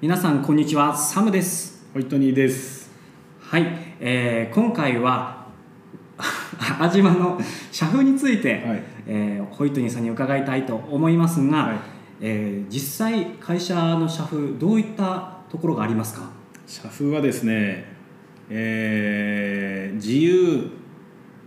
皆さんこんにちはサムですホイットニーです。はい、えー今回は 阿島の社風について、はいえーホイットニーさんに伺いたいと思いますが、はいえー実際会社の社風どういったところがありますか社風はですね、えー自由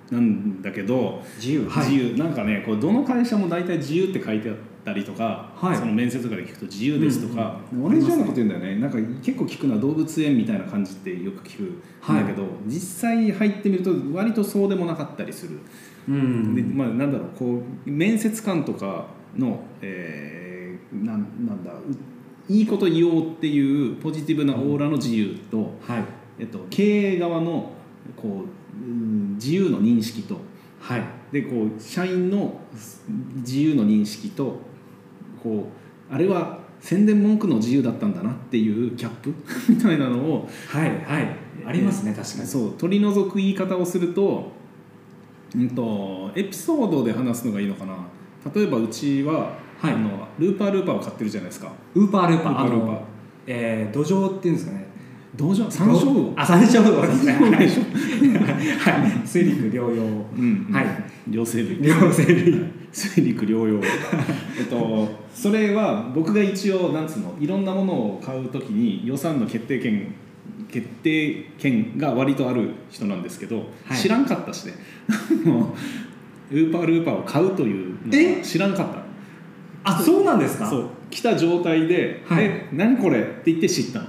なんだけど、自由はい自由なんかね、こうどの会社も大体自由って書いてあったりとか、はいその面接とかで聞くと自由ですとか、うんうん同じようなこと言うんだよね。なんか結構聞くのは動物園みたいな感じってよく聞くんだけど、実際入ってみると割とそうでもなかったりする。うんでまあ、なんだろうこう面接官とかの、えーなんなんだういいこと言おうっていうポジティブなオーラの自由と、はいえっと、経営側のこう、うん自由の認識とはいでこう社員の自由の認識とこうあれは宣伝文句の自由だったんだなっていうギャップ みたいなのをはいはいありますね確かにそう取り除く言い方をすると,、うん、とエピソードで話すのがいいのかな例えばうちは、はいあのルーパールーパーを買ってるじゃないですかウーパールーパーウーパールーパーあのえー土壌っていうんですかね道場山椒魚あ山椒魚ですねはいはい水陸両用 うんはい両生類両生類水陸両用えっとそれは僕が一応なんつうのいろんなものを買うときに予算の決定権決定権が割とある人なんですけど、はい知らんかったしねあのウーパールーパーを買うというのえは知らんかったあそうなんですかそう来た状態で「はいえ何これ?」って言っ て知ったの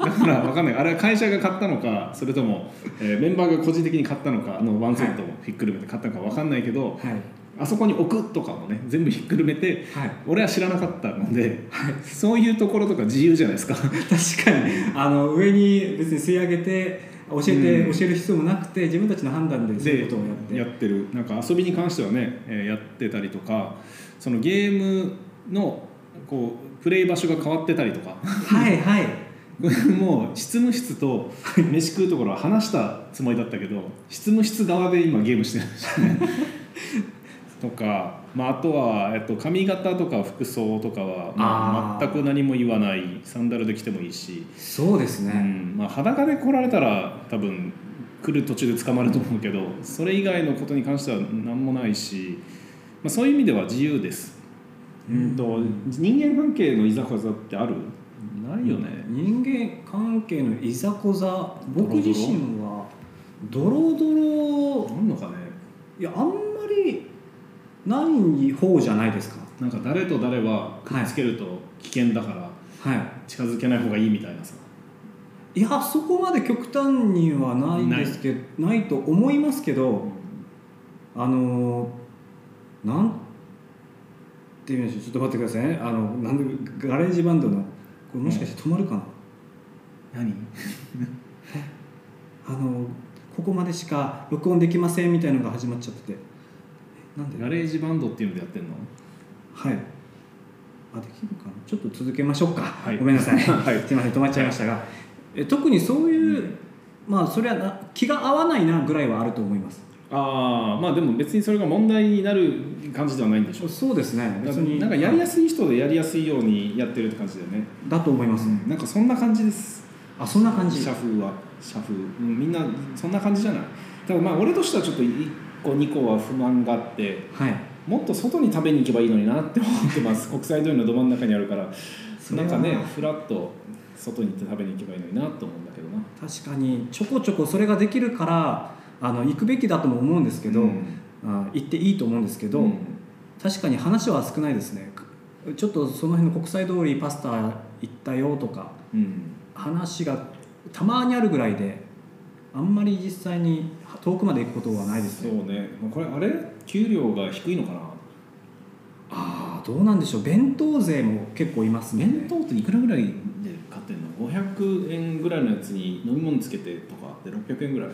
だから分かんないあれは会社が買ったのかそれとも、えーメンバーが個人的に買ったのかのワンセットをひっくるめて買ったのか分かんないけど、はいあそこに置くとかもね全部ひっくるめてはい 俺は知らなかったので、そういうところとか自由じゃな いですか確かにあの上に別に吸い上げて教えて、うん教える必要もなくて自分たちの判断でそういうことをやってやってるなんか遊びに関してはね、えーやってたりとかそのゲームのこうプレイ場所が変わってたりとかはいはい もう執務室と飯食うところは話したつもりだったけど執務室側で今ゲームしてるし ねとか、まあ、あとは、えっと、髪型とか服装とかは、まああー全く何も言わないサンダルで来てもいいし、そうですうね、んまあ、裸で来られたら多分来る途中で捕まると思うけどそれ以外のことに関しては何もないし、まあ、そういう意味では自由です、うんと人間関係のいざこざってあるないよね、人間関係のいざこざ僕ドロドロ自身はドロドロあんのかねいやあんまりない方じゃないですかなんか誰と誰はくっつけると危険だからはい近づけない方がいいみたいなさ、いやそこまで極端にはないですけどないと思いますけどあのなんていうんでしょうちょっと待ってくださいねあのなんでガレージバンドのこれもしかして止まるかな、何あのここまでしか録音できませんみたいなのが始まっちゃっててえなんでガレージバンドっていうのでやってんのはい。あ、できるかな。ちょっと続けましょうか。はいごめんなさい。 はいすみません、止まっちゃいましたが。え、特にそういう、まあ、それはな、気が合わないなぐらいはあると思います。ああまあでも別にそれが問題になる感じではないんでしょそうですね。別に。なんかやりやすい人でやりやすいようにやってるって感じだよね、だと思います。なんかそんな感じですあ、そんな感じ。社風は社風、うん、みんなそんな感じじゃないただまあ俺としてはちょっと1個2個は不満があってはい。もっと外に食べに行けばいいのになって思ってます 国際通りのど真ん中にあるからそれなはんかねフラッと外に行って食べに行けばいいのになと思うんだけどな確かに、ちょこちょこそれができるから。あの、行くべきだとも思うんですけど。うんあ、行っていいと思うんですけど。うん確かに話は少ないですね。ちょっとその辺の国際通りパスタ行ったよとか。うん話がたまにあるぐらいであんまり実際に遠くまで行くことはないですそうねね、まあ、これあれ給料が低いのかなああどうなんでしょう弁当税も結構いますね弁当っていくらぐらいで買ってんの500円ぐらいのやつに飲み物つけてとかで600円ぐらい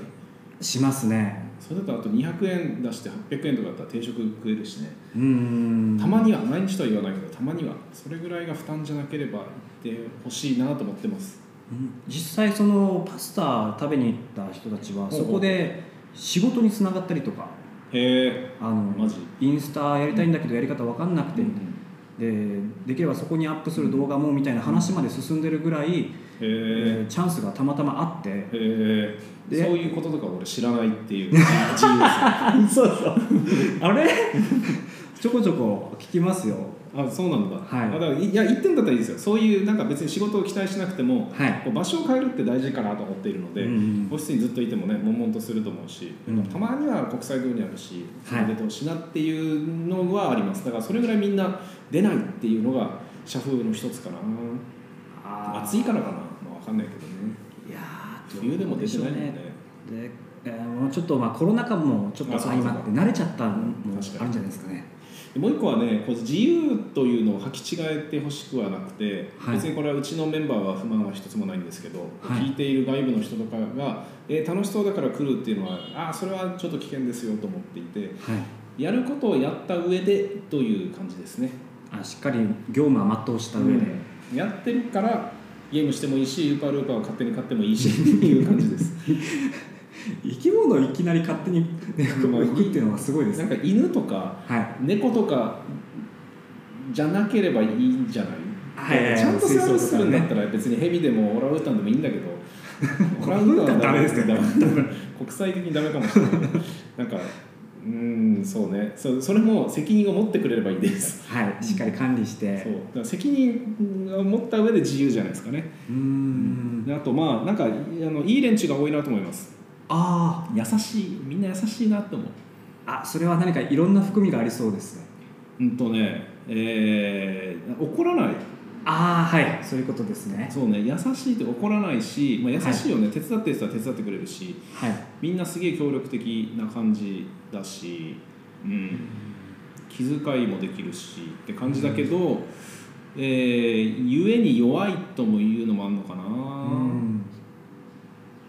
しますねそれだとあと200円出して800円とかだったら定食食えるしねうーんたまには毎日とは言わないけどたまにはそれぐらいが負担じゃなければ行ってほしいなと思ってますうん実際そのパスタ食べに行った人たちはほうほそうこで仕事につながったりとかへえあのマジインスタやりたいんだけどやり方わかんなくて、うんでできればそこにアップする動画もみたいな話まで進んでるぐらい、へええーチャンスがたまたまあってへえそうでいうこととか俺知らないって いう自由さそうそうあれ ちょこちょこ聞きますよあそうなんだ,、はいあだからいや一点だったらいいですよそういうなんか別に仕事を期待しなくても、はいこう場所を変えるって大事かなと思っているので、うんオフィスにずっといてもね悶々とすると思うし、うんたまには国際通りあるしはい出てほしいなっていうのはありますだからそれぐらいみんな出ないっていうのが社風の一つかなあー暑いからかな、まあ、分かんないけどねいやー冬でも出てないもんねで、えーもうちょっとまあコロナ禍もちょっとあそうか相まって慣れちゃったのもあるん確じかゃにないですかね。でもう一個はねこう自由というのを履き違えてほしくはなくて、はい別にこれはうちのメンバーは不満は一つもないんですけど、はい聞いている外部の人とかが、えー楽しそうだから来るっていうのはああそれはちょっと危険ですよと思っていてはい。やることをやった上でという感じですね。あしっかり業務は全うした上で、やってるからゲームしてもいいしウーパールーパーを勝手に買ってもいいしっていう感じです生き物をいきなり勝手にねうこんこ行くっていうのはすごいですなんね。か犬とかはい。猫とかじゃなければいいんじゃないはいはいちゃんとサービスするんだっ水槽たら別にヘビでもオランウータンでもいいんだけ どオランウータンダメですかダメダメ 国際的にダメかもしれないなんかうーんそうねそそれも責任を持ってくれればいい ですはい。しっかり管理しそうだて。から責任を持った上で自由じゃないですかねうーん。であとまあなんかあのいい連中が多いなと思いますあ優しいみんな優しいなって思うあ。あそれは何かいろんな含みがありそうですね。うんとねえー怒らないああはい。そういうことですね。そうね優しいって怒らないし、まあ、優しいよね、手伝ってる人は手伝ってくれるしはい。みんなすげえ協力的な感じだし、うん、気遣いもできるしって感じだけど、えー、ゆえに弱いとも言うのもあるのかな、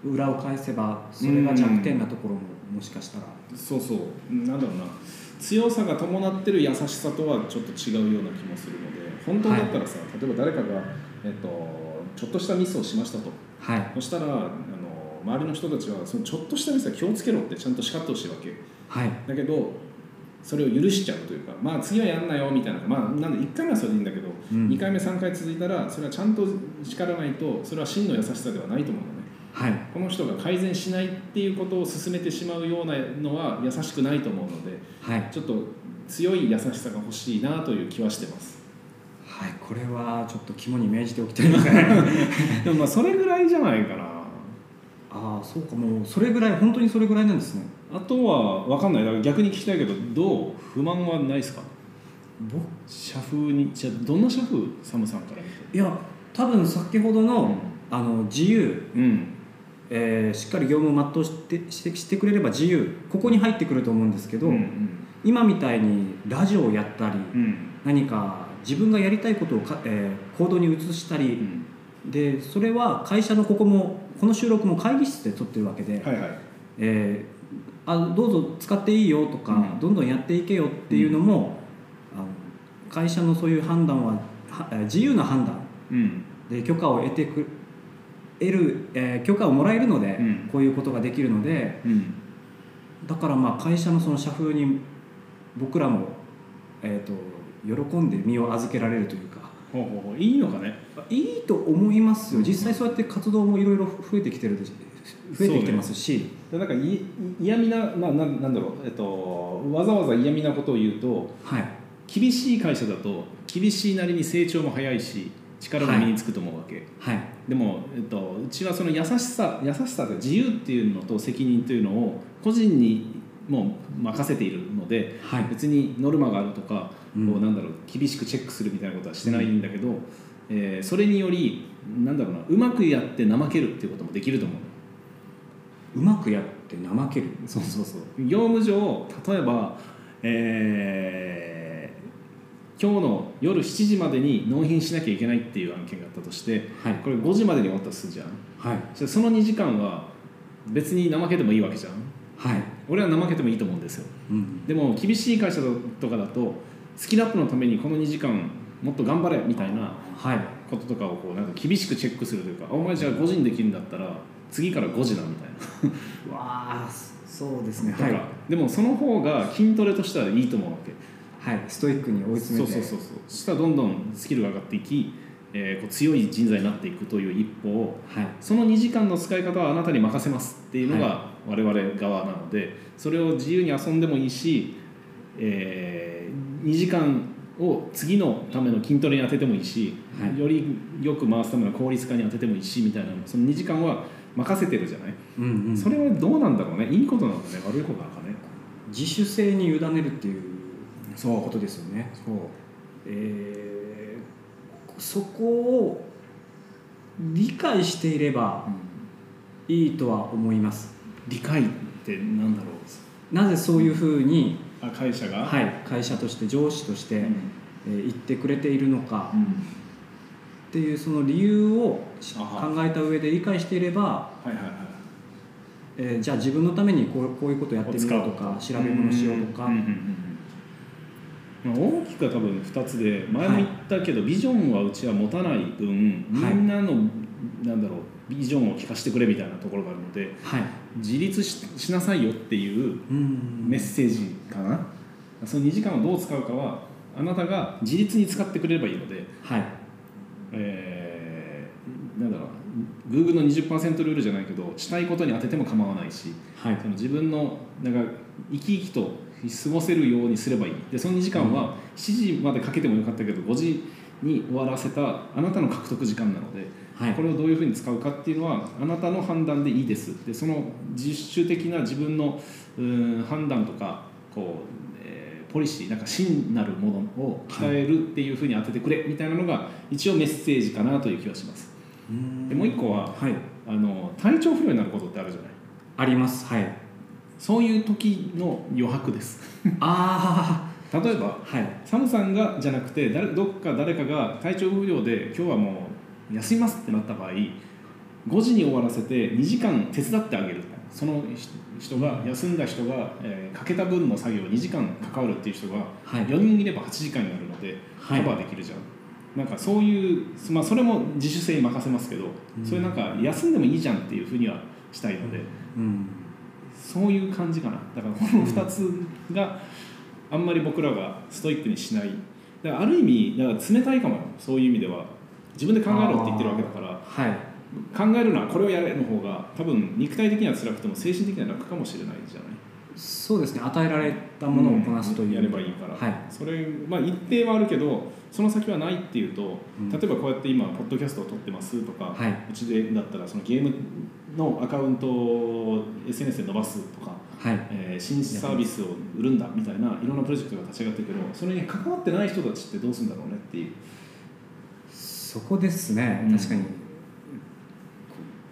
うん。裏を返せばそれが弱点なところももしかしたら。そうそううんなんだろうな強さが伴ってる優しさとはちょっと違うような気もするので本当だったらさ、例えば誰かが、えっと、ちょっとしたミスをしましたと。はい。そしたらあの周りの人たちはそのちょっとしたミスは気をつけろってちゃんと叱ってほしいわけはい。だけどそれを許しちゃうというかまあ次はやんなよみたいなまあなんで1回目はそれでいいんだけど、うん2回目3回続いたらそれはちゃんと叱らないとそれは真の優しさではないと思うのねはい。この人が改善しないっていうことを進めてしまうようなのは優しくないと思うのではい。ちょっと強い優しさが欲しいなという気はしてますはい、これはちょっと肝に銘じておきたいです ね。 でもまあそれぐらいじゃないかなああ、そうか、もうそれぐらい、本当にそれぐらいなんですね。あとは分かんないだから逆に聞きたいけどどう不満はないですか僕社風にじゃあどんな社風サムさんから見ていや、多分先ほどの、うんあの自由、うんえーしっかり業務を全うしてしてしてくれれば自由、ここに入ってくると思うんですけど、うん今みたいにラジオをやったり、うん何か自分がやりたいことをか、えー行動に移したうり、んでそれは会社のここも、この収録も会議室で撮ってるわけで。はいはいえーあどうぞ使っていいよとか、うんどんどんやっていけよっていうのも、あの会社のそういう判断ははえー自由な判断うんで許可を得てく得る、えー許可をもらえるので、うんこういうことができるのでうんだからまあ会社のその社風に僕らも、えー、と喜んで身を預けられるというかほうほうほういいのかねいいと思いますようん実際そうやって活動もいろいろ増えてきてるでし増えてきてますし、でなんかい嫌味なまあなんなんだろうえっとわざわざ嫌味なことを言うとはい厳しい会社だと厳しいなりに成長も早いし力も身につくと思うわけ、はいでも、えっと、うちはその優しさ優しさで自由っていうのと責任というのを個人にもう任せているのではい別にノルマがあるとか、うんこうなんだろう厳しくチェックするみたいなことはしてないんだけど、えーそれによりなんだろうなうまくやって怠けるっていうこともできると思ううまくやって怠けるそうそうそう業務上例えば、えー今日の夜7時までに納品しなきゃいけないっていう案件があったとしてはいこれ5時までに終わったとするじゃんはいそその2時間は別に怠けてもいいわけじゃんはい、俺は怠けてもいいと思うんですようん、でも厳しい会社とかだとスキルアップのためにこの2時間もっと頑張れみたいなはいこととかをこうなんか厳しくチェックするというかあお前じゃあ5時にできるんだったら次から5時だみたいなわあそうですねとか、はいでもその方が筋トレとしてはいいと思うわけはい、ストイックに追い詰そうめてそうそうそうそしたらどんどんスキルが上がっていき、えーこう強い人材になっていくという一歩をはいその2時間の使い方はあなたに任せますっていうのが我々側なので、それを自由に遊んでもいいし、え2時間を次のための筋トレに当ててもいいし、はいよりよく回すための効率化に当ててもいいしみたいなのその2時間は任せてるじゃない、うんうん、それはどうなんだろうねいいことなのかね悪いことなのかね自主性に委ねるっていうそうことですよね、そうえーそこを理解していればいいとは思います理解ってなんだろうなぜそういうふうに、あ会社が、はい、会社として上司として、うんえー言ってくれているのかっていうその理由をしあ考はえた上で理解していれば、はいはいはいえーじゃあ自分のためにこうこういうことやってみようとか調べ物しようとか、んんうんうんまあ、大きくは多分2つで前も言ったけど、ビジョンはうちは持たない分みはいんなの、なんだろうビジョンを聞かせてくれみたいなところがあるのではい、自立ししなさいよっていううんメッセージかな、その2時間をどう使うかはあなたが自立に使ってくれればいいので、はいえーなんだろう Google の20%ルールじゃないけどしたいことに当てても構わないしはいその自分のなんか生き生きと過ごせるようにすればいいでその2時間は7時までかけてもよかったけど5時に終わらせたあなたの獲得時間なので、はいこれをどういうふうに使うかっていうのはあなたの判断でいいですでその自主的な自分のうーん判断とかこう、えーポリシーなんか真なるものを鍛えるっていうふうに当ててくれみたいなのが一応メッセージかなという気はしますうんでもう一個ははいあの体調不良になることってあるじゃないありますはい そういう時の余白ですあ例えばあはいサムさんがじゃなくて誰どっか誰かが体調不良で今日はもう休みますってなった場合5時に終わらせて2時間手伝ってあげるとかその人人が休んだ人が、えーかけた分の作業2時間関わるっていう人がはい4人いれば8時間になるのでカはいバーできるじゃん、なんかそういう、まあ、それも自主性に任せますけど、うんそういうなんか休んでもいいじゃんっていうふうにはしたいので、うんそういう感じかなだからこの2つがあんまり僕らがストイックにしないだからある意味だから冷たいかもよそういう意味では自分で考えろって言ってるわけだからはい考えるのはこれをやれの方が多分肉体的には辛くても精神的には楽かもしれないじゃないそうですね与えられたものをこなすという、やればいいから、はいそれまあ一定はあるけどその先はないっていうと、うん例えばこうやって今ポッドキャストを撮ってますとか、はいうちでだったらそのゲームのアカウントを SNS で伸ばすとかはいえー新サービスを売るんだみたいないろんなプロジェクトが立ち上がってるけどそれに関わってない人たちってどうするんだろうねっていうそこですねうん確かに、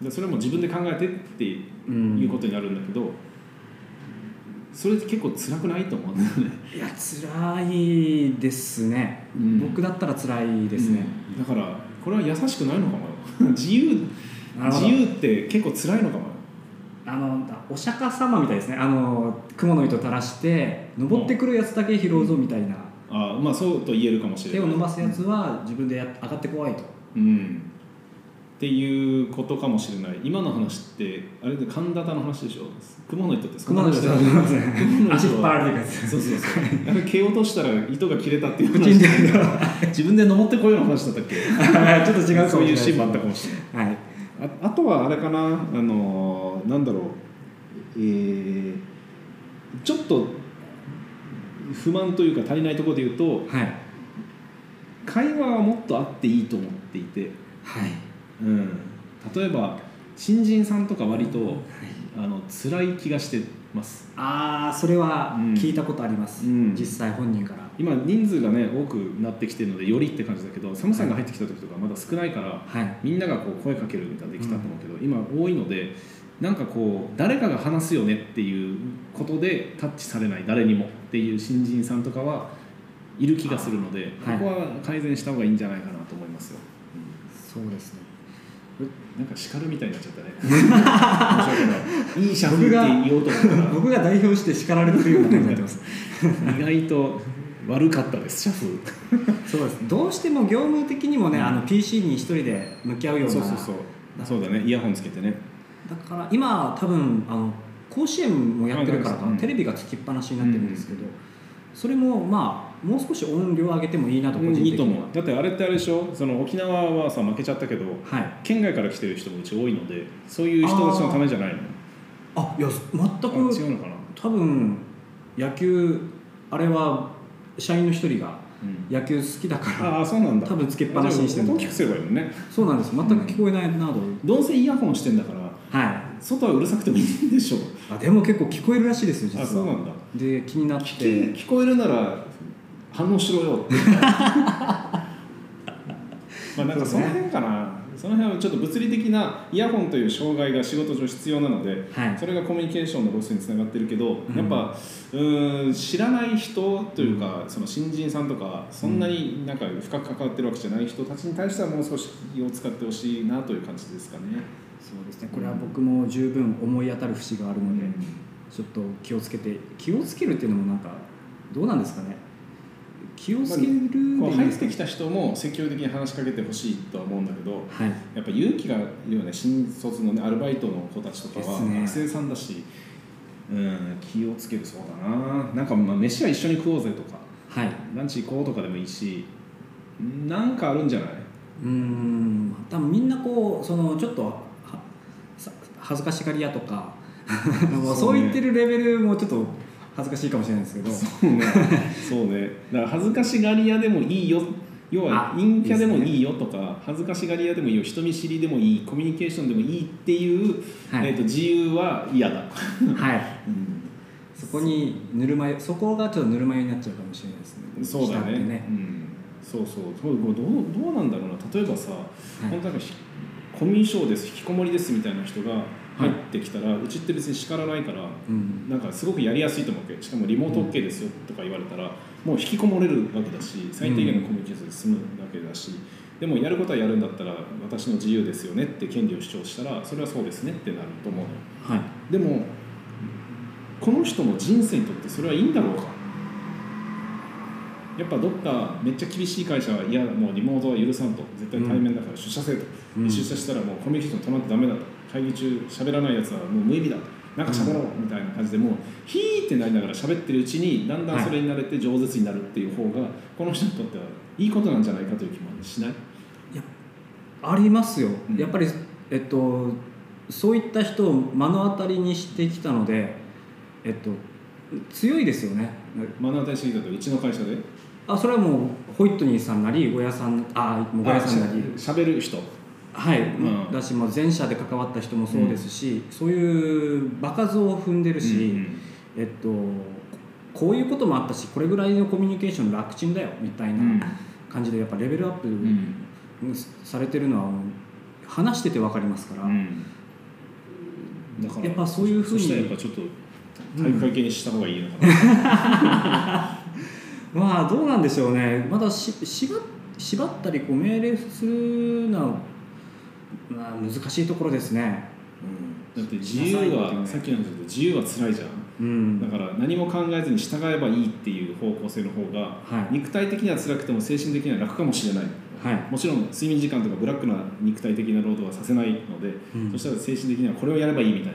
でそれはもう自分で考えてっていうんうことになるんだけど、それって結構辛くないと思うんだよね、いや辛いですね、僕だったら辛いですね、うんだからこれは優しくないのかも よ自由なるほ自ど由って結構辛いのかもよあのお釈迦様みたいですねあの雲の糸垂らして登ってくるやつだけ拾うぞみたいな、あーまあそうと言えるかもしれな手いを伸ばすやつは自分でやっ上がってこいとうんっていうことかもしれない今の話ってあれで神田田の話でしょ雲の糸ってそんな雲の話糸だ垂よらねすは足引っ張られてくやつそうそうそう。あれ蹴落としたら糸が切れたっていう口に話。出るの 自分で登ってこようの話だったっけ？ ちょっと違うかもしれないそういうシーンもあったかもしれない。はいああとはあれかな、あのーなんだろう、えーちょっと不満というか足りないところで言うと、はい会話はもっとあっていいと思っていて、はいうん、例えば新人さんとか割とあの辛い気がしてます。ああそれはうん聞いたことあります、うん実際本人から今人数がね多くなってきてるのでよりって感じだけど寒さんが入ってきた時とかまだ少ないからはいみんながこう声かけるみたいなのできたと思うけど、今多いのでなんかこう誰かが話すよねっていうことでタッチされない誰にもっていう新人さんとかはいる気がするので、はいここは改善した方がいいんじゃないかなと思いますよ、そうですねなんか叱るみたいになっちゃったね 申し訳ないいいシャフって言おうと思った ら僕が代表して叱られてるような感じになってます意外と悪かったですシャフ そうですどうしても業務的にもね、うんあの PC に一人で向き合うようなそうそうそうそうだねイヤホンつけてねだから今多分あの甲子園もやってるからかうんテレビがつきっぱなしになってるんですけど、うんそれもまあもう少し音量上げてもいいなと個人い的いとに思はうだってあれってあれでしょその沖縄はさ負けちゃったけどはい県外から来てる人もうち多いのでそういう人たちのためじゃないのあいやあ全違くうのかな、多分野球あれは社員の一人がうん野球好きだからああそうなんだ多分つけっぱなしにしてるあじゃあ大きくすればいいもんねそうなんです全く聞こえないなと、どうせイヤホンしてんだからはい外はうるさくてもいいんでしょあでも結構聞こえるらしいですよ実はあそうなんだで気になって聞き聞こえるなら反応しろよ ってまあなんかその辺かなその辺はちょっと物理的なイヤホンという障害が仕事上必要なのではいそれがコミュニケーションのロスにつながってるけど、うんやっぱうーん知らない人というか、その新人さんとかそんなになんか深く関わってるわけじゃない人たちに対してはもう少し気を使ってほしいなという感じですかね。そうですねこれは僕も十分思い当たる節があるので、ちょっと気をつけて気をつけるっていうのもなんかどうなんですかね気をつけるでこういいん入でっすかてきた人も積極的に話しかけてほしいとは思うんだけどはいやっぱ勇気がいるよね新卒の、ね、アルバイトの子たちとかはですね学生さんだし、うん気をつけるそうだななんかまあ飯は一緒に食おうぜとかはいランチ行こうとかでもいいしなんかあるんじゃないうー ん多分みんなこうそのちょっとはさ恥ずかしがり屋とかもうそそううね言ってるレベルもちょっと恥ずかしいかもしれないですけどそうねそうねだから恥ずかしがり屋でもいいよ要はあ陰キャでもいいよとか恥ずかしがり屋でもいいよ人見知りでもいいコミュニケーションでもいいっていう、はいえー、と自由は嫌だ、 はいそこにぬるま湯そこがちょっとぬるま湯になっちゃうかもしれないですねそうだ下ってねうん、そうそうそうどうどうなんだろうな例えばさ、本当なんかひコミュ障です引きこもりですみたいな人が入ってきたら、うちって別に叱らないからうんなんかすごくやりやすいと思うわけしかもリモート OK ですよとか言われたら、もう引きこもれるわけだし最低限のコミュニケーションで済むわけだし、でもやることはやるんだったら私の自由ですよねって権利を主張したらそれはそうですねってなると思うのよはいでもこの人の人生にとってそれはいいんだろうかやっぱどっかめっちゃ厳しい会社はいやもうリモートは許さんと絶対対面だから出社せえと、うん出社したらもうコミュニケーション取らんとダメだと会議中喋らないやつはもう無意味だとなんか喋ろうみたいな感じでもうヒーってなりながら喋ってるうちにだんだんそれに慣れて饒舌になるっていう方がこの人にとってはいいことなんじゃないかという気もしないありますよ、うんやっぱり、えっと、そういった人を目の当たりにしてきたので、えっと、強いですよね目の当たりしてきたとうちの会社であそれはもうホイットニーさんなり小屋さんあもう小屋さんなりあしゃべる人はい、うんだしもう前者で関わった人もそうですし、そういう場数を踏んでるし、えっと、こういうこともあったしこれぐらいのコミュニケーション楽ちんだよみたいうんな感じでやっぱレベルアップうんうんされてるのはもう話してて分かりますから。だからやっぱそういうふうにそしたらやっぱちょっと体育会系にした方がいいのかな、まあどうなんでしょうねまだし縛縛ったりこう命令するのは、まあ、難しいところですね、だって自由はさっきの話だと自由は辛いじゃんうんだから何も考えずに従えばいいっていう方向性の方がはい肉体的には辛くても精神的には楽かもしれないはい、もちろん睡眠時間とかブラックな肉体的な労働はさせないので、うんそしたら精神的にはこれをやればいいみたい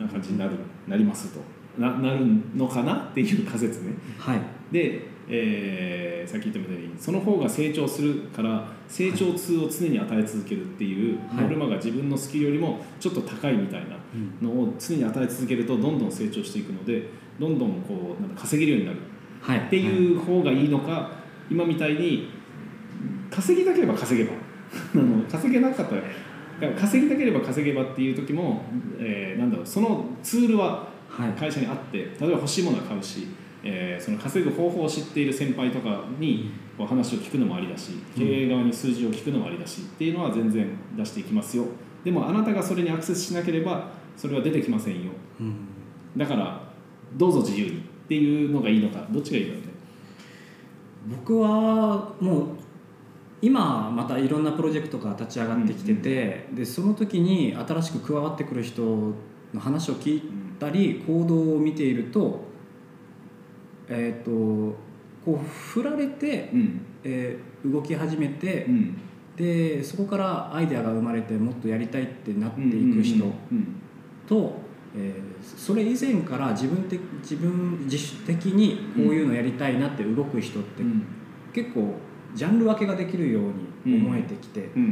な感じになる、なりますとななるのかなっていう仮説ねはいで、えーさっき言ったみたいにその方が成長するから成長痛を常に与え続けるっていうはいノルマが自分のスキルよりもちょっと高いみたいなうんのを常に与え続けるとどんどん成長していくのでどんどんこうなんか稼げるようになるはい、ってう、いう方がいいのか今みたいに稼ぎたければ稼げば あの稼げなかったらだから稼ぎたければ稼げばっていう時も、えーなんだろうそのツールははい会社にあって例えば欲しいものは買うし、えーその稼ぐ方法を知っている先輩とかにこう話を聞くのもありだしうん経営側に数字を聞くのもありだしっていうのは全然出していきますよでもあなたがそれにアクセスしなければそれは出てきませんようん、だからどうぞ自由にっていうのがいいのかどっちがいいのかね僕はもう今またいろんなプロジェクトが立ち上がってきてて、でその時に新しく加わってくる人の話を聞いたり行動を見ているとえっ、とこう振られてうんえー動き始めてう、んでそこからアイデアが生まれてもっとやりたいってなっていく人うんと,、ええーそれ以前から自分的自分自主的にこういうのやりたいなって動く人ってうん結構ジャンル分けができるように思えてきて、うんう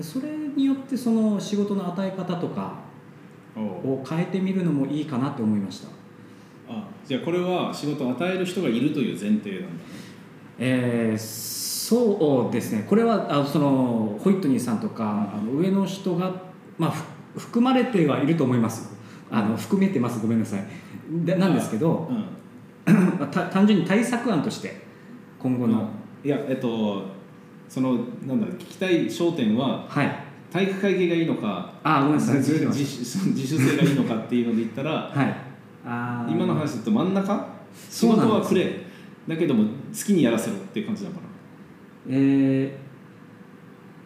んそれによってその仕事の与え方とかうんおうを変えてみるのもいいかなって思いました、あじゃあこれは仕事を与える人がいるという前提なんだねえーそうですねこれはあそのホイットニーさんとかあの上の人が、まあ、ふ含まれてはいると思いますあの含めてますごめんなさいでなんですけどうん、た単純に対策案として今後の、いやえっとそのなんだ聞きたい焦点ははい体育会系がいいのかあーごめんなさいずれて自まし自主自主性がいいのかっていうので言ったたらはいあー今の話だと真ん中仕そうなんです事はくれだけども好きにやらせろっていう感じだかえ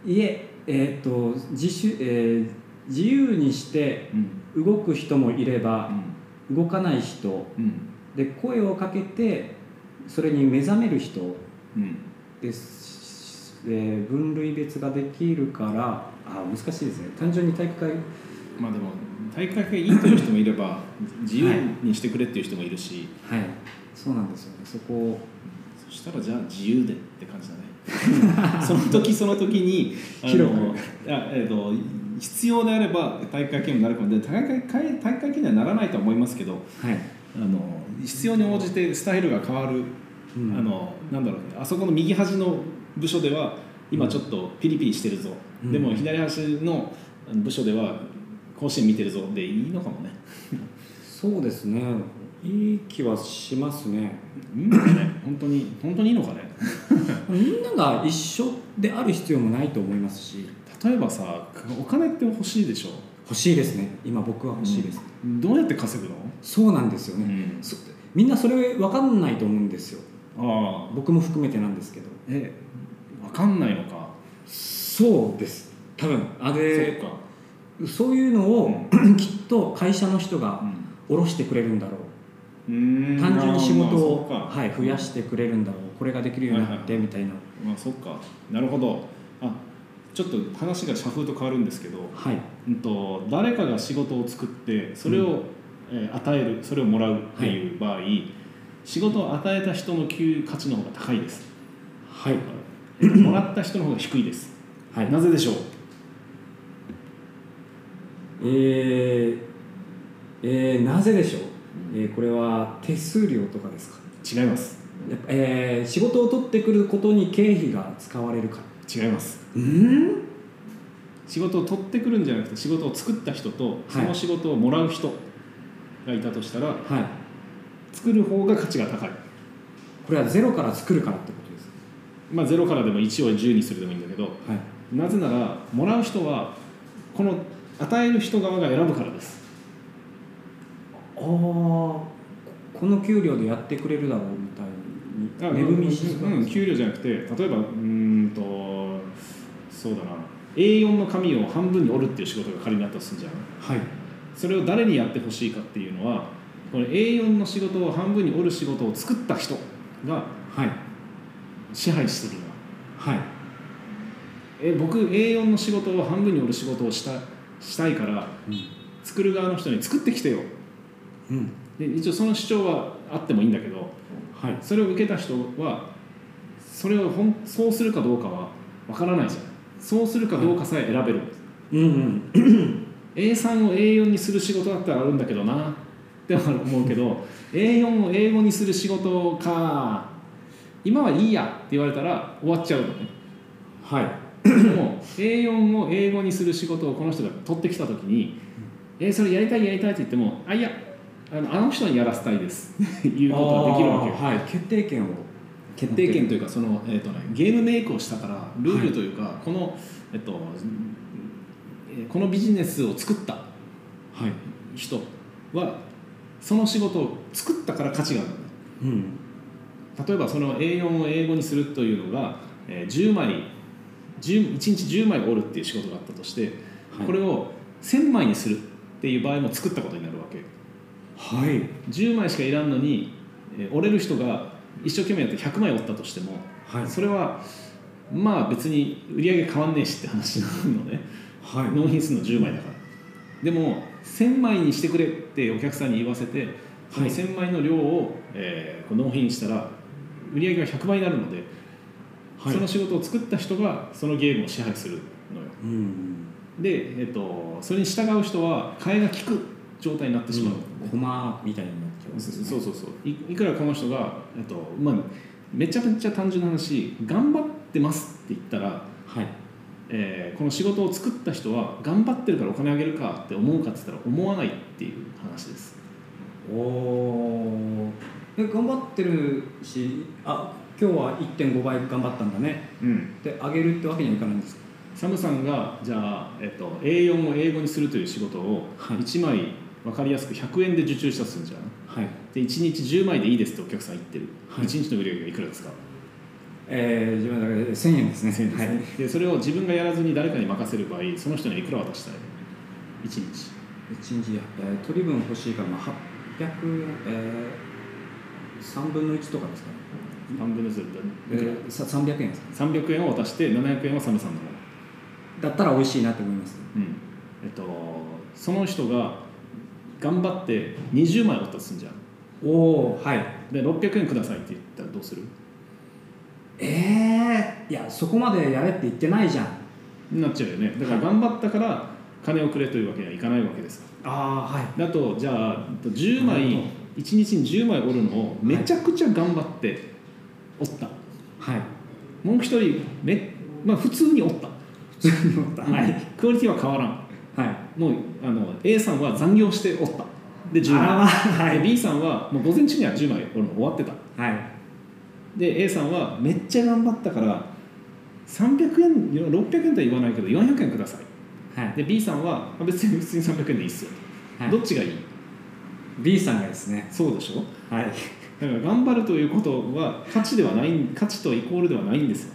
ーいええー、と自主、えー自由にしてらうん動く人もいれうばん動かない人うんで声をかけてそれに目覚める人うんです、えー分類別ができるからあ難しいですね単純に体育会まあでも体育会系いいという人もいれば自由にしてくれっていう人もいるし、はいそうなんですよねそこをそしたらじゃあ自由でって感じだね その時その時にあの広くあえー、と必要であれば体育会系にもなるかもで体育会系体育会系にはならないとは思いますけどはい、あの必要に応じてスタイルが変わる、うんあのなんだろうねあそこの右端の部署では今ちょっとピリピリしてるぞ、うんでも左端の部署では甲子園見てるぞでいいのかもね。そうですねいい気はしますねいいのかね本当に本当にいいのかねみんなが一緒である必要もないと思いますし例えばさお金って欲しいでしょ欲しいですね今僕は欲しいです、どうやって稼ぐの、そうなんですよね、んそみんなそれ分かんないと思うんですよああ僕も含めてなんですけどえ分かんないのか、そうです多分あれそっかそういうのを、 きっと会社の人が下ろしてくれるんだろううん単純に仕事を、まあまあそっかはい、増やしてくれるんだろうこれができるようになってはいみたいなまあそっかなるほどあちょっと話が社風と変わるんですけど、はいうん、と誰かが仕事を作ってそれを、えー与えるそれをもらうっていう場合、仕事を与えた人の給価値の方が高いです、はいえーもらった人の方が低いですはいなぜでしょうえーえーなぜでしょう、えーこれは手数料とかですか違いますやっぱえー仕事を取ってくることに経費が使われるから違いますうん仕事を取ってくるんじゃなくて仕事を作った人とそはのい仕事をもらう人がいたとしたら、はい作る方が価値が高いこれはゼロから作るからってことですまあゼロからでも1を10にするでもいいんだけどはいなぜならもらう人はこの与える人側が選ぶからですああここの給料でやってくれるだろうみたあいに恵みしうんうん給料じゃなくて例えばうーんとそうだな A4 の紙を半分に折るっていう仕事が仮にあったとするじゃんはいそれを誰にやってほしいかっていうのはこの A4 の仕事を半分に折る仕事を作った人がはい支配するなはいえ僕 A4 の仕事を半分に折る仕事をしたしたいからう作る側の人に作ってきてよん、うん、で一応その主張はあってもいいんだけどはいそれを受けた人はそれをほんそうするかどうかはわからないじゃんそうするかどうかさえ選べる、うんうん A3 を A4 にする仕事だったらあるんだけどなって思うけど A4 を A5 にする仕事か今はいいやって言われたら終わっちゃうのねはいでも A4 を A5 にする仕事をこの人が取ってきた時に「えーそれやりたいやりたい」って言っても「あいやあのあの人にやらせたい です」っていうことができるわけよあーはい決定権を決定権というかその、えーとね、ゲームメイクをしたからルールというか、この、えっと、えーこのビジネスを作ったはい人はその仕事を作ったから価値があるんだようん例えばその A4 を英語にするというのが、えー10枚10 1日10枚折るっていう仕事があったとして、はいこれを1000枚にするっていう場合も作ったことになるわけはい10枚しかいらんのに、えー折れる人が一生懸命やって100枚折ったとしても、はいそれはまあ別に売り上げ変わんねえしって話なのねはい納品数の10枚だからでも1,000枚にしてくれってお客さんに言わせてその1,000枚の量を、えーこう納品したら売り上げが100倍になるので、はいその仕事を作った人がそのゲームを支配するのようんで、えっとそれに従う人は替えが利く状態になってしまう、コマみたいになってきますそねそうそうそういいくらこの人が、えっとまあ、めちゃめちゃ単純な話頑張ってますって言ったら、はいえーこの仕事を作った人は頑張ってるからお金あげるかって思うかって言ったら思わないっていう話ですおおえ頑張ってるしあ今日は1.5倍頑張ったんだねうんってあげるってわけにはいかないんですかサムさんがじゃあ、えっと、A4 を英語にするという仕事をはい1枚分かりやすく100円で受注したとするじゃんはいで1日10枚でいいですってお客さん言ってる、はい1日の売り上げがいくらですかえー、自分の中で1000円ですねですねはい、でそれを自分がやらずに誰かに任せる場合その人にはいくら渡したい1日1日、えー、取り分欲しいから、まあ、800円、えー、3分の1とかですかね、半分のずえー、さ300円ですか300円を渡して700円はサムさんのもの、だったら美味しいなと思いますうんえっと、その人が頑張って20枚渡すんじゃんおおはいで600円くださいって言ったらどうするえー、いやそこまでやれって言ってないじゃんなっちゃうよねだから頑張ったから金をくれというわけにはいかないわけですああはいだとじゃあ10なる枚ほ1日に10枚折るのをめちゃくちゃ頑張って折った、はいもう一人め、まあ、普通に折った、普通に思ったはいクオリティは変わらんはいもうあの A さんは残業して折ったで10枚、あーはで B さんはもう午前中には10枚折るの終わってたはいで A さんはめっちゃ頑張ったから300円600円とは言わないけど400円くださいはいで B さんはあ別に普通に300円でいいっすよはいどっちがいい B さんがですねそうでしょはいだから頑張るということは価値ではない価値とイコールではないんですよ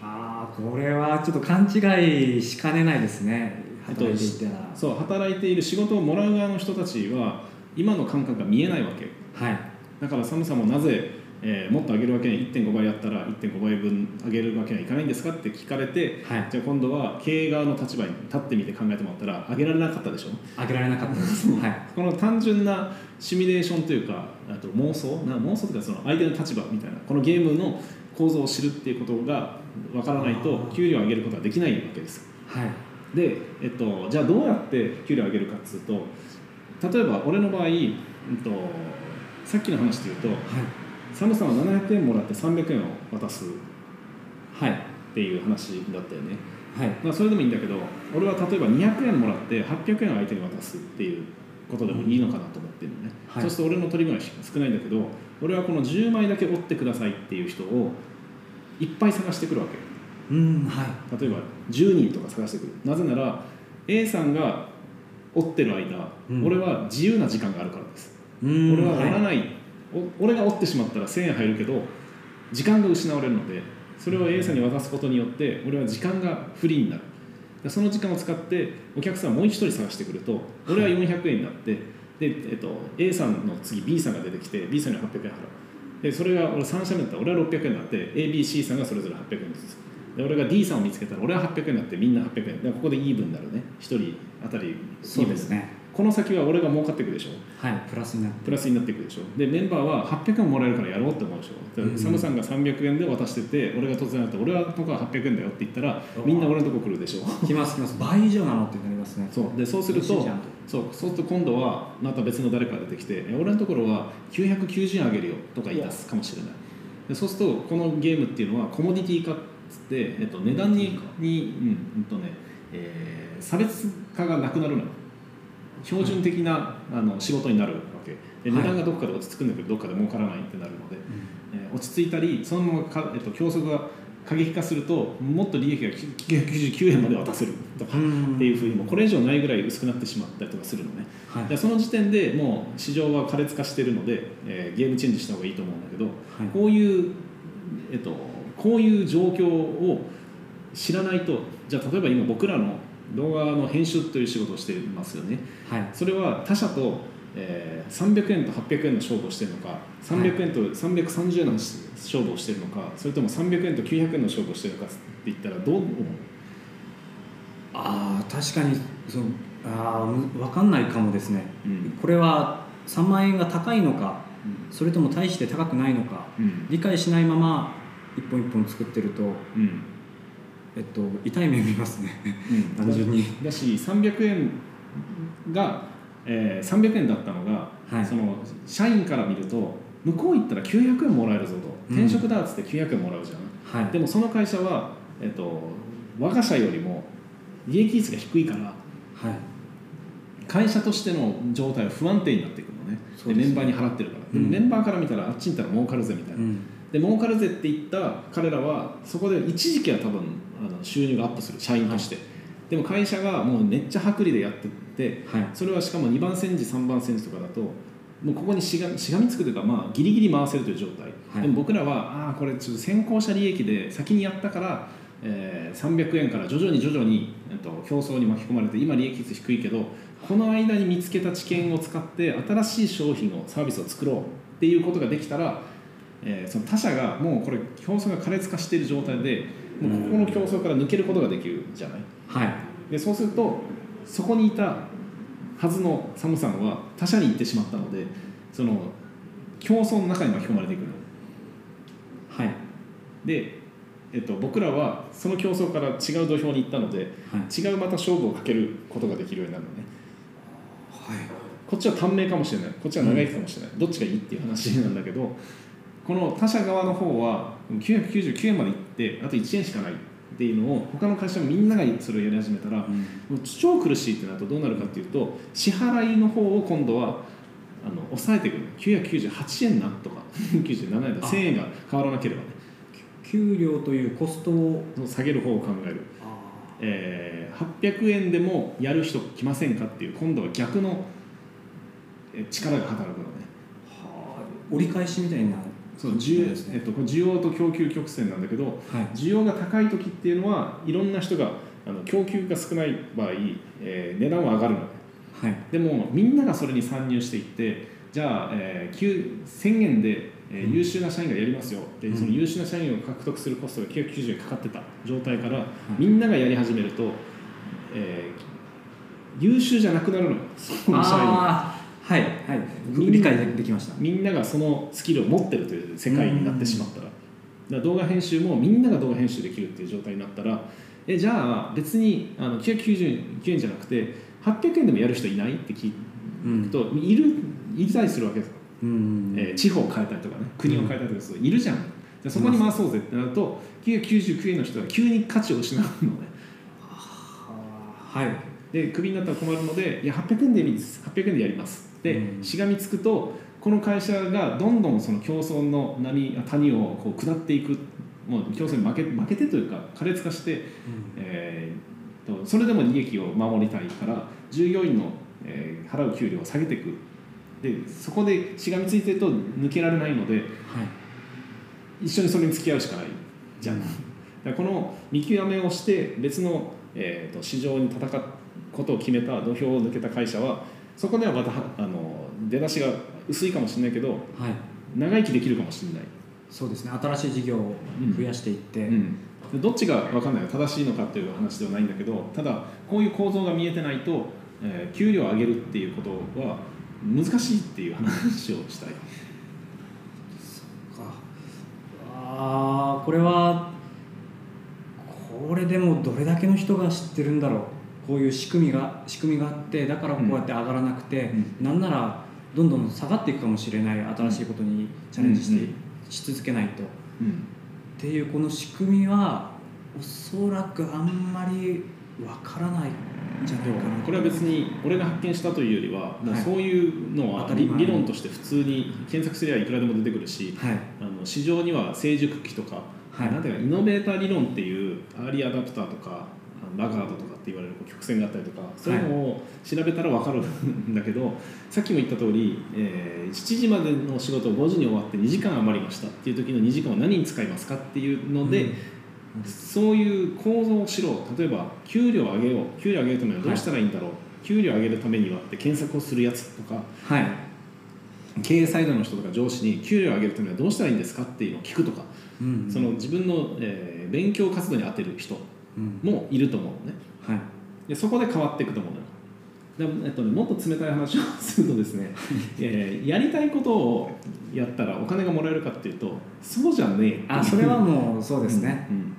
ああこれはちょっと勘違いしかねないですねえっと働いていってなそう働いている仕事をもらう側の人たちは今の感覚が見えないわけはいだから寒さもなぜ、えーもっと上げるわけに1.5倍やったら1.5倍分上げるわけにはいかないんですかって聞かれてはいじゃあ今度は経営側の立場に立ってみて考えてもらったら上げられなかったでしょあげられなかったですはいこの単純なシミュレーションというかあと妄想な妄想というかその相手の立場みたいなこのゲームの構造を知るっていうことがわからないと給料を上げることはできないわけですはいで、えっと、じゃあどうやって給料を上げるかっつうと例えば俺の場合、うんと、さっきの話で言うとサムさんは700円もらって300円を渡すっはいはいていう話だったよねはいまあ、それでもいいんだけど俺は例えば200円もらって800円を相手に渡すっていうことでもいいのかなと思ってるのね、はいそうすると俺の取り分は少ないんだけど俺はこの10枚だけ折ってくださいっていう人をいっぱい探してくるわけうんはい例えば10人とか探してくるなぜなら A さんが折ってる間、うん俺は自由な時間があるからです、うん俺は折らいない、お俺が折ってしまったら1000円入るけど時間が失われるのでそれを A さんに渡すことによって俺は時間が不利になるでその時間を使ってお客さんをもう一人探してくると俺は400円になってで、えっと、A さんの次 B さんが出てきて B さんには800円払うでそれが俺3社目だったら俺は600円になって ABC さんがそれぞれ800円ずつで俺が D さんを見つけたら俺は800円になってみんな800円でここでイーブンになるね1人当たりイーブンそうですねこの先は俺が儲かっていくでしょはいプラスになるプラスになっていくでしょでメンバーは800円もらえるからやろうって思うでしょだかうんらサムさんが300円で渡してて俺が突然だって俺はとこは800円だよって言ったらうんみんな俺のとこ来るでしょきますきます倍以上なのってなりますねそうでそうする美味しいとじゃんそうそうすると今度はまた別の誰かが出てきてえ俺のところは990円あげるよとか言い出すかもしれないでそうするとこのゲームっていうのはコモディティ化っつって、えっと、値段にに、うんうんとねえー差別化がなくなるの標準的な、あの仕事になるわけではい値段がどこかで落ち着くんだけどどっかで儲からないってなるので、えー落ち着いたりそのままか、えっと、競争が過激化するともっと利益が999円まで渡せるとかうっんていうふうにもうこれ以上ないぐらい薄くなってしまったりとかするのねはいでその時点でもう市場は苛烈化してるので、えーゲームチェンジした方がいいと思うんだけどはいこういう、えっと、こういう状況を知らないとじゃあ例えば今僕らの動画の編集という仕事をしてますよねはいそれは他社と、えー300円と800円の勝負をしてるのか300円と330円の勝負をしてるのかそれとも300円と900円の勝負をしてるのかって言ったらどう思うああ確かにそのああ分かんないかもですねうんこれは3万円が高いのかうんそれとも大して高くないのかうん理解しないまま一本一本作ってると、うんえっと、痛い目見ますねうん 単純にだし300円が、えー、300円だったのが、はいその社員から見ると向こう行ったら900円もらえるぞとうん転職だっつって900円もらうじゃん、はいでもその会社は、えっと我が社よりも利益率が低いからはい会社としての状態は不安定になっていくのねそでうですメンバーに払ってるから、でもうんメンバーから見たらあっちに行ったら儲かるぜみたいうな、んで儲かるぜって言った彼らはそこで一時期は多分あの収入がアップする社員として、でも会社がもうめっちゃ薄利でやってってはいそれはしかも2番煎じ3番煎じとかだともうここにしがしがみつくというか、まあ、ギリギリ回せるという状態、はいでも僕らはああこれちょっと先行者利益で先にやったから、えー300円から徐々に徐々に、えっと、競争に巻き込まれて今利益率低いけどこの間に見つけた知見を使って新しい商品をサービスを作ろうっていうことができたら、えーその他社がもうこれ競争が過熱化している状態でもうここの競争から抜けることができるじゃないはいでそうするとそこにいたはずのサムさんは他社に行ってしまったのでその競争の中に巻き込まれていくのはいはいで、えっと、僕らはその競争から違う土俵に行ったので違うまた勝負をかけることができるようになるのねこっちは短命かもしれないこっちは長生きかもしれない、どっちがいいっていう話なんだけどこの他社側の方は999円まで行ってあと1円しかないっていうのを他の会社もみんながそれをやり始めたらうんもう超苦しいってなるとどうなるかっていうと支払いの方を今度はあの抑えていくる998円なんとか 97円だあ1000円が変わらなければね給料というコストをその下げる方を考える、あえー800円でもやる人来ませんかっていう今度は逆のえー力が働くのねーはあ折り返しみたいなそう需需要要ですえねっと、これ需要と供給曲線なんだけどはい需要が高い時っていうのはいろんな人があの供給が少ない場合、えー値段は上がるのねはいでもみんながそれに参入していってじゃあ、えー9 1000円で、えーうん優秀な社員がやりますよで、うんその優秀な社員を獲得するコストが990円かかってた状態から、いみんながやり始めると、えー優秀じゃなくなるのよその社員があーはいはいみんな理解できましたみんながそのスキルを持ってるという世界になってしまったら,、だから動画編集もみんなが動画編集できるっていう状態になったらえじゃあ別にあの999円じゃなくて800円でもやる人いないって聞いて。うんといるいたりするわけです、うんえー地方を変えたりとかね国を変えたりとかする人いるじゃん、じゃあそこに回そうぜってなると999円の人は急に価値を失うのねはいでクビになったら困るのでいや800円でいいです800円でやりますで、うんしがみつくとこの会社がどんどんその競争の波谷をこう下っていくもう競争に負け負けてというか過熱化してうんえーとそれでも利益を守りたいから従業員の、えー払う給料を下げていくでそこでしがみついてると抜けられないのではい一緒にそれに付き合うしかないじゃん、うんだからこの見極めをして別の、えーと市場に戦うことを決めた土俵を抜けた会社はそこではまたあの出だしが薄いかもしれないけどはい長生きできるかもしれないそうですね新しい事業を増やしていって、うん、どっちが分かんない正しいのかっていう話ではないんだけどただこういう構造が見えてないと、えー給料を上げるっていうことは難しいっていう話をしたい、かあーこれはこれでもどれだけの人が知ってるんだろうこういう仕組みが仕組みがあってだからこ うやって上がらなくて、なんならどんどん下がっていくかもしれない新しいことにチャレンジして、うんし続けないとっうんていうこの仕組みはおそらくあんまりわからないんじゃないかなこれは別に俺が発見したというよりは、もうはいそういうのは当たり理前理論として普通に検索すればいくらでも出てくるしはいあの市場には成熟期とか、はいなんていうかイノベーター理論っていうアーリーアダプターとかあのラガードとかって言われるこう曲線があったりとかそういうのを調べたら分かるんだけど、さっきも言った通り、えー7時までの仕事を5時に終わって2時間余りましたっていう時の2時間を何に使いますかっていうので、うんそういう構造をしろ例えば給料を上げよう給料を上げるためにはどうしたらいいんだろう、給料を上げるためにはって検索をするやつとかはい経営サイドの人とか上司に給料を上げるためにはどうしたらいいんですかっていうのを聞くとか、うんその自分の、えー勉強活動に当てる人うんもいると思うのねはいでそこで変わっていくと思うのよだえっとね、もっと冷たい話をするとで すね、えーやりたいことをやったらお金がもらえるかっていうとそうじゃねえあそれはもうそうですね、うんうん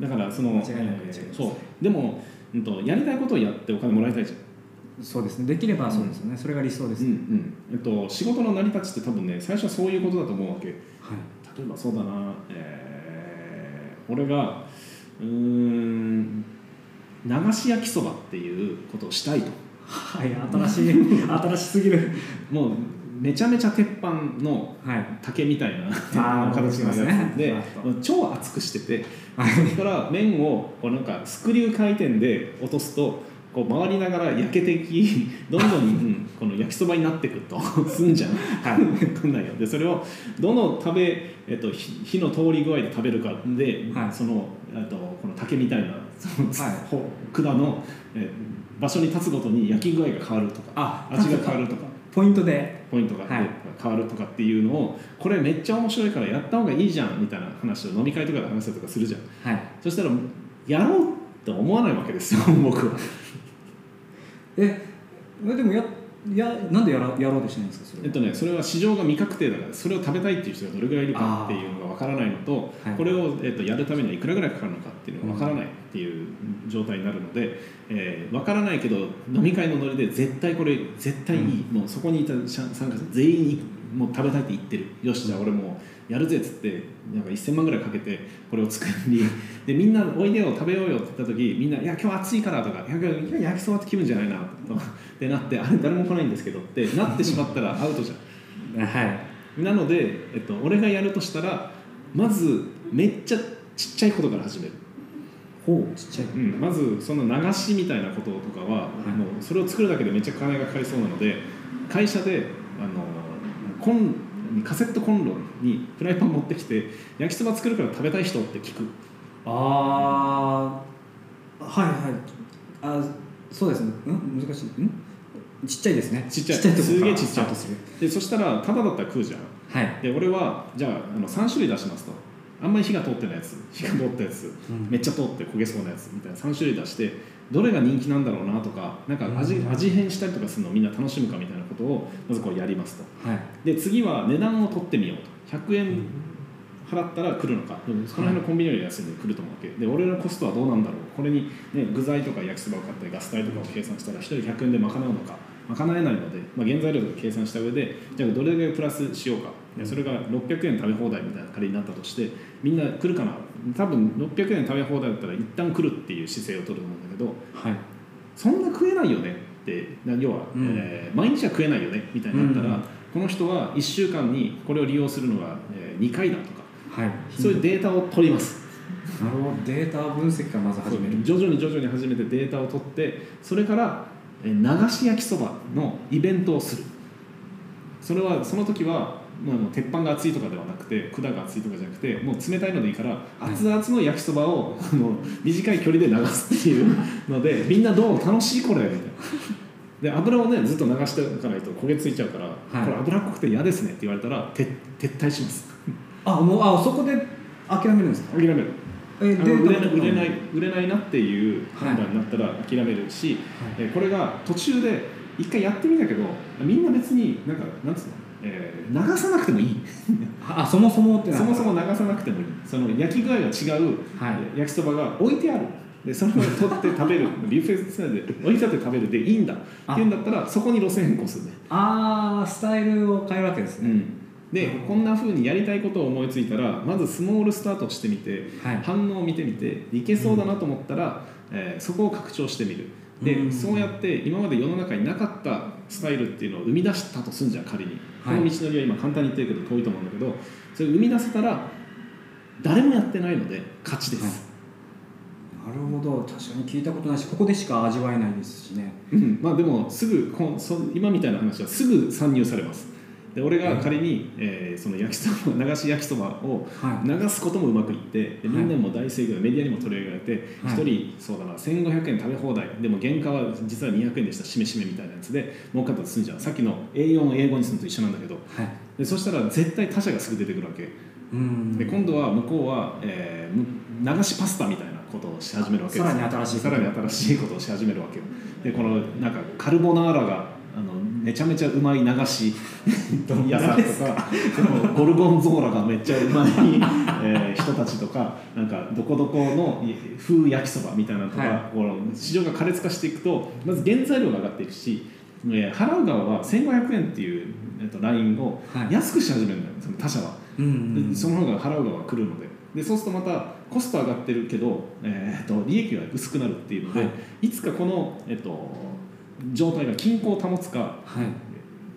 だからその間違いなくえー違いますそうでも、うん、とやりたいことをやってお金もらいたいじゃんそうですねできればそうですよね、それが理想です、うんうんえっと、仕事の成り立ちって多分ね最初はそういうことだと思うわけ例はいえばそうだな、えー俺がうーん流し焼きそばっていうことをしたいとはい新しい新しすぎるもうめちゃめちゃ鉄板のはい竹みたいなあー 形のわかりまやすねつでわかり超厚くしててはいそれから麺をこうなんかスクリュー回転で落とすとこう回りながら焼けていき どんどん、うんこの焼きそばになっていくと すんじゃん。こんなんよでそれをどの食べ、えっと、火火の通り具合で食べるかで、はいそのえっとこの竹みたいなその、はいほ管の、え場所に立つごとに焼き具合が変わるとかあ味が変わるとか。ポイントでポイントがあってはい変わるとかっていうのをこれめっちゃ面白いからやった方がいいじゃんみたいな話を飲み会とかで話したりとかするじゃんはいそしたらやろうって思わないわけですよ 僕は、ええでもややなんでやらやろうとしないんですかそえれっはとね、それは市場が未確定だからそれを食べたいっていう人がどれぐらいいるかっていうのがわからないのと、あーはいこれを、えっと、やるためにはいくらぐらいかかるのかっていうのがわからないっていう状態になるので、えー、わからないけど飲み会のノリで絶対これ絶対いい、もうそこにいた参参加者全員いもう食べたいって言ってるよしじゃあ俺もうやるぜっつってなんか1000万ぐらいかけてこれを作りでみんなおいでよ食べようよって言った時みんな「いや今日暑いから」とか「いや今日焼きそばって気分じゃないな」とかってなって「あれ誰も来ないんですけど」ってなってしまったらアウトじゃん。はいなので、えっと、俺がやるとしたらまずめっちゃちっちゃいことから始める、ほうちっちゃいうん、まずその流しみたいなこととかは、いもうそれを作るだけでめっちゃ金がかかりそうなので会社であのコンカセットコンロにフライパン持ってきて焼きそば作るから食べたい人って聞くああはいはいあそうですねん難しいんちっちゃいですねちっちゃいとこすげかえらちっちゃいスタートするでそしたらタダだったら食うじゃんはい、で俺はじゃああの3種類出しますとあんまり火が通ってないやつ火が通ったやつめっちゃ通って焦げそうなやつみたいな3種類出してどれが人気なんだろうなとかなんか味,、うん味変したりとかするのをみんな楽しむかみたいなことをまずこうやりますとはいで次は値段を取ってみようと100円払ったら来るのか、その辺のコンビニより安いので来ると思うわけで俺のコストはどうなんだろうこれに、ね、具材とか焼きそばを買ったりガス代とかを計算したら1人100円で賄うのか賄えないので、まあ、原材料とか計算した上でじゃあどれだけプラスしようかでそれが600円食べ放題みたいな仮になったとしてみんな来るかな多分600円食べ放題だったら一旦来るっていう姿勢を取ると思うんだけどはいそんな食えないよねってな要は、うんえー毎日は食えないよねみたいになったら、うんこの人は1週間にこれを利用するのが、え2回だとかはいそういうデータを取ります、なるほどデータ分析からまず始める徐々に徐々に始めてデータを取ってそれからえー流し焼きそばのイベントをするそれはその時はもうあの鉄板が熱いとかではなくて管が熱いとかじゃなくてもう冷たいのでいいからい熱々の焼きそばをあの短い距離で流すっていうのでみんなどう楽しいこれみたいな。で油をねずっと流しておかないと焦げついちゃうから、いこれ油っこくて嫌ですねって言われたら撤撤退しますあもうあそこで諦めるんですか諦めるえあの売れとか売れない売れないなっていう判断になったら諦めるし、えーこれが途中で一回やってみたけどみんな別になんかなんつうの、えー流さなくてもいいあそもそもってなそもそも流さなくてもいいその焼き具合がはい違うえー焼きそばが置いてあるでそれを取って食べるビュッフェスタイルで置いてあって食べるでいいんだっていうんだったらそこに路線変更するねああスタイルを変えるわけですうね、ん、でこんな風にやりたいことを思いついたらまずスモールスタートしてみて、はい反応を見てみていけそうだなと思ったら、えーそこを拡張してみるで、うんそうやって今まで世の中になかったスタイルっていうのを生み出したとすんじゃん仮に、はいこの道のりは今簡単に言ってるけど遠いと思うんだけどそれを生み出せたら誰もやってないので勝ちです、はいなるほど確かに聞いたことないしここでしか味わえないですしねうん、まあでもすぐこんそ今みたいな話はすぐ参入されますで俺が仮に、えーその焼きそば流し焼きそばをはい流すこともうまくいってでみんなも大盛況でメディアにも取り上げられてはい1人そうだな1500円食べ放題でも原価は実は200円でしたしめしめみたいなやつで儲かったとするじゃんさっきの A4 を英語にするのと一緒なんだけどはいでそしたら絶対他社がすぐ出てくるわけうんで今度は向こうは、えーむ流しパスタみたいなこことをし始めるわけですさらに新しいさらに新しいことをし始めるわけよでこのなんかカルボナーラがあのめちゃめちゃうまい流 し屋さんとかでもゴルゴンゾーラがめっちゃうまい、 えー人たちとかなんかどこどこの風焼きそばみたいなのとか、はこの市場が過熱化していくとまず原材料が上がっていくし、えー払う側は1500円っていう、えっと、ラインをはい安くし始めるんだよ、その他社は。うんうんその方が払う側が来るのででそうするとまたコスト上がってるけど、えー、と利益が薄くなるっていうので、、はいつかこの、えっと状態が均衡を保つか、はい、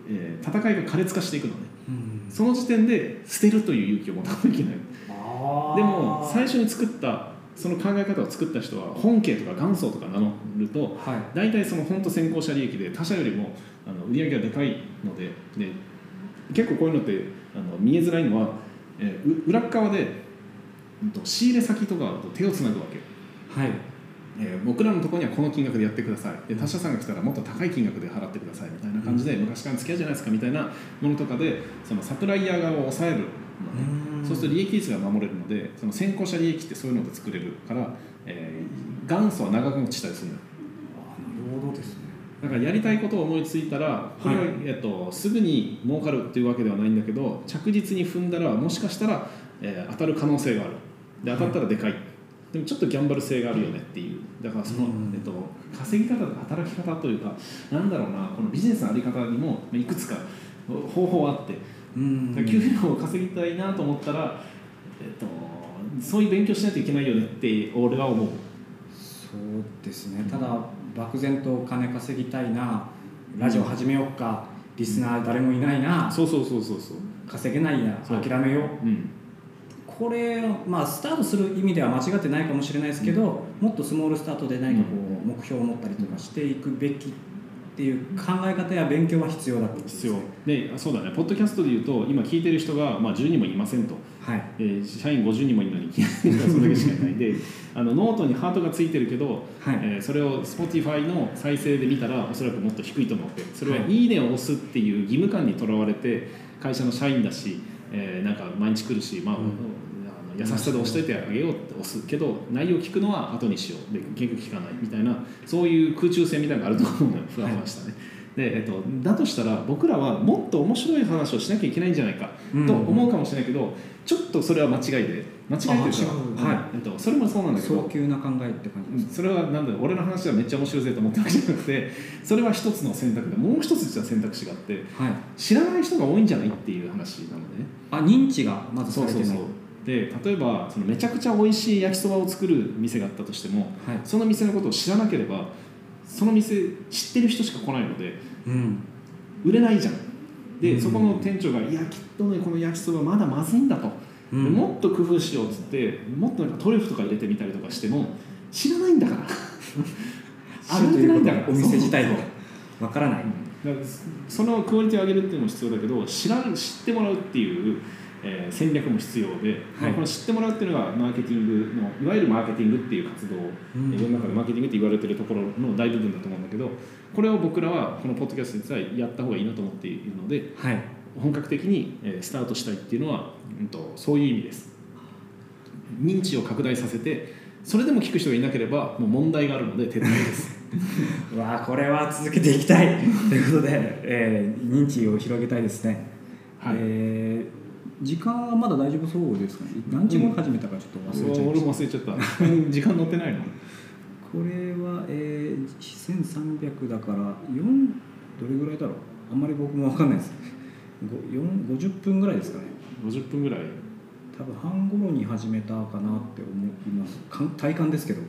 えー戦いが過熱化していくのねうん、その時点で捨てるという勇気を持たなきゃいけないあーでも最初に作ったその考え方を作った人は本家とか元祖とか名乗るとはい大体その本当先行者利益で他社よりもあの売り上げがでかいのでで結構こういうのってあの見えづらいのは、えーう裏っ側でうんと仕入れ先とかと手をつなぐわけ、はいえー僕らのところにはこの金額でやってくださいで他社さんが来たらもっと高い金額で払ってくださいみたいな感じで、昔からの付き合いじゃないですかみたいなものとかでそのサプライヤー側を抑えるのね、そうすると利益率が守れるのでその先行者利益ってそういうので作れるから、えー元祖は長く持ちしたりするのよあなるほどですねだからやりたいことを思いついたらこれは、はいえっと、すぐに儲かるっていうわけではないんだけど着実に踏んだらもしかしたら、えー当たる可能性があるで当たったらでかい、でもちょっとギャンブル性があるよねっていうだからその、うんえっと、稼ぎ方とか働き方というかなんだろうなこのビジネスのあり方にもまあいくつか方法はあってうだんから給料を稼ぎたいなと思ったら、えっと、そういう勉強しないといけないよねって俺は思う。そうですねただ漠然とお金稼ぎたいなラジオ始めようかリスナー誰もいないなそうそうそうそうそう。稼げないやそう諦めよううんこれまあスタートする意味では間違ってないかもしれないですけど、もっとスモールスタートで何かこう目標を持ったりとかしていくべきっていう考え方や勉強は必要だってことです必ね要であそうだねポッドキャストで言うと今聞いてる人が、まあ、10人もいませんと、はいえー社員50人もいるのに聞いてる人はそれだけしかいないであのノートにハートがついてるけど、はい、えーそれを Spotify の再生で見たらおそらくもっと低いと思ってそれははい「いいね」を押すっていう義務感にとらわれて会社の社員だし、えーなんか毎日来るし、まあうんあの優しさで押しといてあげようって押すけど内容聞くのは後にしようで結局聞かないみたいなそういう空中戦みたいなのがあると思うのよふわふわしたね。でえっと、だとしたら僕らはもっと面白い話をしなきゃいけないんじゃないかうんと思うかもしれないけど、ちょっとそれは間違いで間違いというかあ間違いうんえっと、それもそうなんだけど早急な考えって感じですねそれはなんだろう俺の話はめっちゃ面白いぜと思ってるわけじゃなくてそれは一つの選択でもう一つ実は選択肢があってはい知らない人が多いんじゃないっていう話なのねあ認知がまずさそうれてなそういそうで例えばそのめちゃくちゃ美味しい焼きそばを作る店があったとしてもはいその店のことを知らなければその店知ってる人しか来ないのでうん売れないじゃんで、うんそこの店長が「いやきっとねこの焼きそばまだまずいんだ」と。うんでもっと工夫しようっつってもっとなんかトリュフとか入れてみたりとかしても知らないんだから あるということはお店自体そうもわからないだからそそのクオリティを上げるっていうのも必要だけど知らん知ってもらうっていう、えー戦略も必要で、まあこの知ってもらうっていうのがマーケティングのいわゆるマーケティングっていう活動を、うん世の中でマーケティングって言われてるところの大部分だと思うんだけどこれを僕らはこのポッドキャストで実はやった方がいいなと思っているのではい本格的にえースタートしたいっていうのは、うん、とそういう意味です認知を拡大させてそれでも聞く人がいなければもう問題があるので撤退です、うわあこれは続けていき たいということで、えー認知を広げたいですね、はいえー時間はまだ大丈夫そうですかね何時頃始めたかちょ っと忘れちゃいま俺した、も忘れちゃった時間乗ってないのこれは、えー、1300だから4どれぐらいだろうあんまり僕も分かんないですご4 50分ぐらいですかね50分ぐらい、多分半頃に始めたかなって思いますか体感ですけど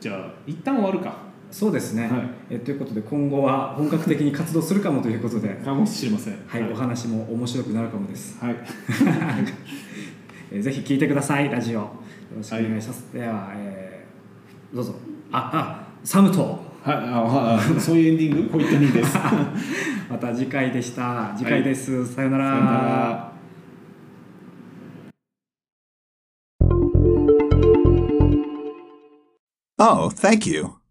じゃあ一旦終わるかそうですね、はいえーということで今後は本格的に活動するかもということでかもしれませんはい、お話も面白くなるかもです。はい、えーぜひ聞いてください、ラジオ。よろしくお願いします。では、えーどうぞ。あ、あ、サムと。はいああ そういうエンディングこういった2です さよまた次回でした。次回です。さようななら。ら「Oh, thank you.